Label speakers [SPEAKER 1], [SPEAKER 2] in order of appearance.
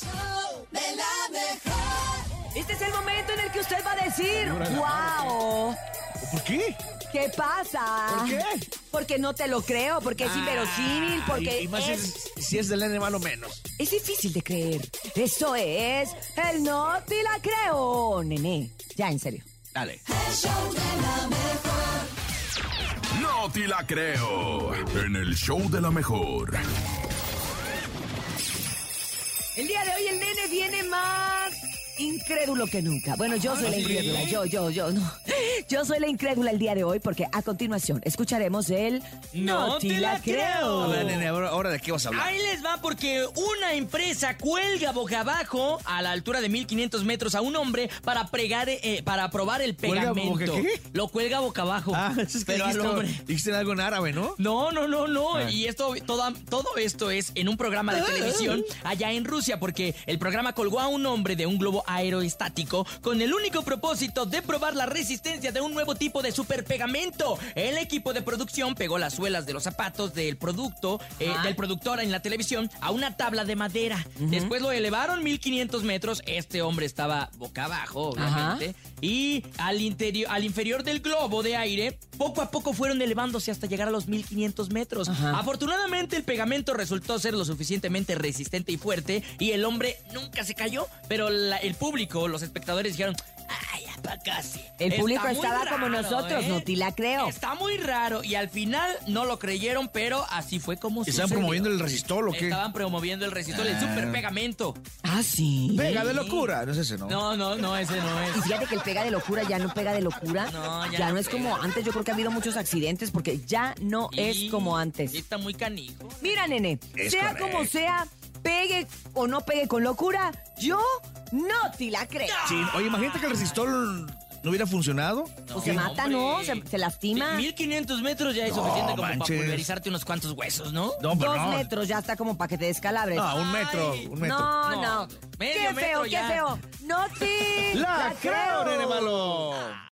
[SPEAKER 1] show de la mejor.
[SPEAKER 2] Este es el momento en el que usted va a decir,
[SPEAKER 3] Señora Lamar,
[SPEAKER 2] wow,
[SPEAKER 3] ¿Por qué?
[SPEAKER 2] ¿qué pasa?
[SPEAKER 3] ¿Por qué? Ah,
[SPEAKER 2] Porque no te lo creo, porque Ah. es inverosímil, porque
[SPEAKER 3] Y, y más si
[SPEAKER 2] es,
[SPEAKER 3] es, si es del nene malo menos.
[SPEAKER 2] es difícil de creer. Esto es el no te la creo, nene. Ya, en serio.
[SPEAKER 3] Dale.
[SPEAKER 1] El show de la mejor.
[SPEAKER 4] No te la creo. En el show de la mejor.
[SPEAKER 2] El día de hoy el nene viene más incrédulo que nunca. Bueno,
[SPEAKER 3] Ah,
[SPEAKER 2] yo soy la incrédula, yo, yo, yo, no. Yo soy la incrédula el día de hoy porque a continuación escucharemos el
[SPEAKER 5] No
[SPEAKER 2] te
[SPEAKER 5] te la creo.
[SPEAKER 3] A ver, nene, ahora, ahora de qué vas a hablar.
[SPEAKER 5] Ahí les va porque una empresa cuelga boca abajo a la altura de 1500 metros a un hombre para pregar, eh, para probar el
[SPEAKER 3] ¿Cuelga
[SPEAKER 5] pegamento.
[SPEAKER 3] boca qué?
[SPEAKER 5] Lo cuelga boca abajo.
[SPEAKER 3] Ah, eso es que
[SPEAKER 5] Pero al
[SPEAKER 3] dijiste,
[SPEAKER 5] hombre.
[SPEAKER 3] dijiste algo en árabe, ¿no?
[SPEAKER 5] No, no, no, no.
[SPEAKER 3] Ah.
[SPEAKER 5] Y esto, toda- todo esto es en un programa de televisión allá en Rusia, porque el programa colgó a un hombre de un globo aeroestático con el único propósito de probar la resistencia de un nuevo tipo de superpegamento. El equipo de producción pegó las suelas de los zapatos del producto, eh,
[SPEAKER 2] Ah.
[SPEAKER 5] del productor en la televisión, a una tabla de madera. Después lo elevaron 1500 metros. Este hombre estaba boca abajo,
[SPEAKER 2] Ajá.
[SPEAKER 5] obviamente. Y al, interior, al inferior del globo de aire, poco a poco fueron elevándose hasta llegar a los 1500 metros.
[SPEAKER 2] Ajá.
[SPEAKER 5] Afortunadamente, el pegamento resultó ser lo suficientemente resistente y fuerte, y el hombre nunca se cayó. Pero la- el público, los espectadores dijeron. Ay, apa casi.
[SPEAKER 2] El público
[SPEAKER 5] muy ¿eh?
[SPEAKER 2] estaba como nosotros, no te la creo.
[SPEAKER 5] Está muy raro y al final no lo creyeron, pero así fue como se
[SPEAKER 3] ¿Están promoviendo el resistol o qué?
[SPEAKER 5] Estaban promoviendo el resistol, el
[SPEAKER 3] Ah.
[SPEAKER 5] super pegamento.
[SPEAKER 2] Ah, sí.
[SPEAKER 3] Pega de locura. No es ese, ¿no?
[SPEAKER 5] No, no, no, ese no es.
[SPEAKER 2] Y fíjate que el pega de locura ya no pega de locura.
[SPEAKER 5] No,
[SPEAKER 2] ya,
[SPEAKER 5] ya
[SPEAKER 2] no,
[SPEAKER 5] no
[SPEAKER 2] es como
[SPEAKER 5] pega.
[SPEAKER 2] antes. Yo creo que ha habido muchos accidentes porque ya no es
[SPEAKER 5] Y-
[SPEAKER 2] como antes.
[SPEAKER 5] sí Está muy canijo.
[SPEAKER 2] Mira, nene,
[SPEAKER 3] Es
[SPEAKER 2] sea
[SPEAKER 3] correcto.
[SPEAKER 2] como sea, pegue o no pegue con locura, yo no te la creo.
[SPEAKER 3] Sí, oye, imagínate que el resistol no hubiera funcionado.
[SPEAKER 2] O Pues se mata, ¿no? Se- se lastima.
[SPEAKER 5] 1500 metros ya es
[SPEAKER 3] No,
[SPEAKER 5] suficiente como
[SPEAKER 3] manches.
[SPEAKER 5] para pulverizarte unos cuantos huesos, ¿no?
[SPEAKER 3] No, pero
[SPEAKER 2] Dos
[SPEAKER 3] no.
[SPEAKER 2] metros ya está como para que te descalabres.
[SPEAKER 3] No, Ah, un metro,
[SPEAKER 5] Ay,
[SPEAKER 3] un metro.
[SPEAKER 2] No, no.
[SPEAKER 5] No, medio
[SPEAKER 2] qué feo,
[SPEAKER 5] metro
[SPEAKER 2] qué
[SPEAKER 5] ya.
[SPEAKER 2] feo. No te
[SPEAKER 3] La creo, nene malo.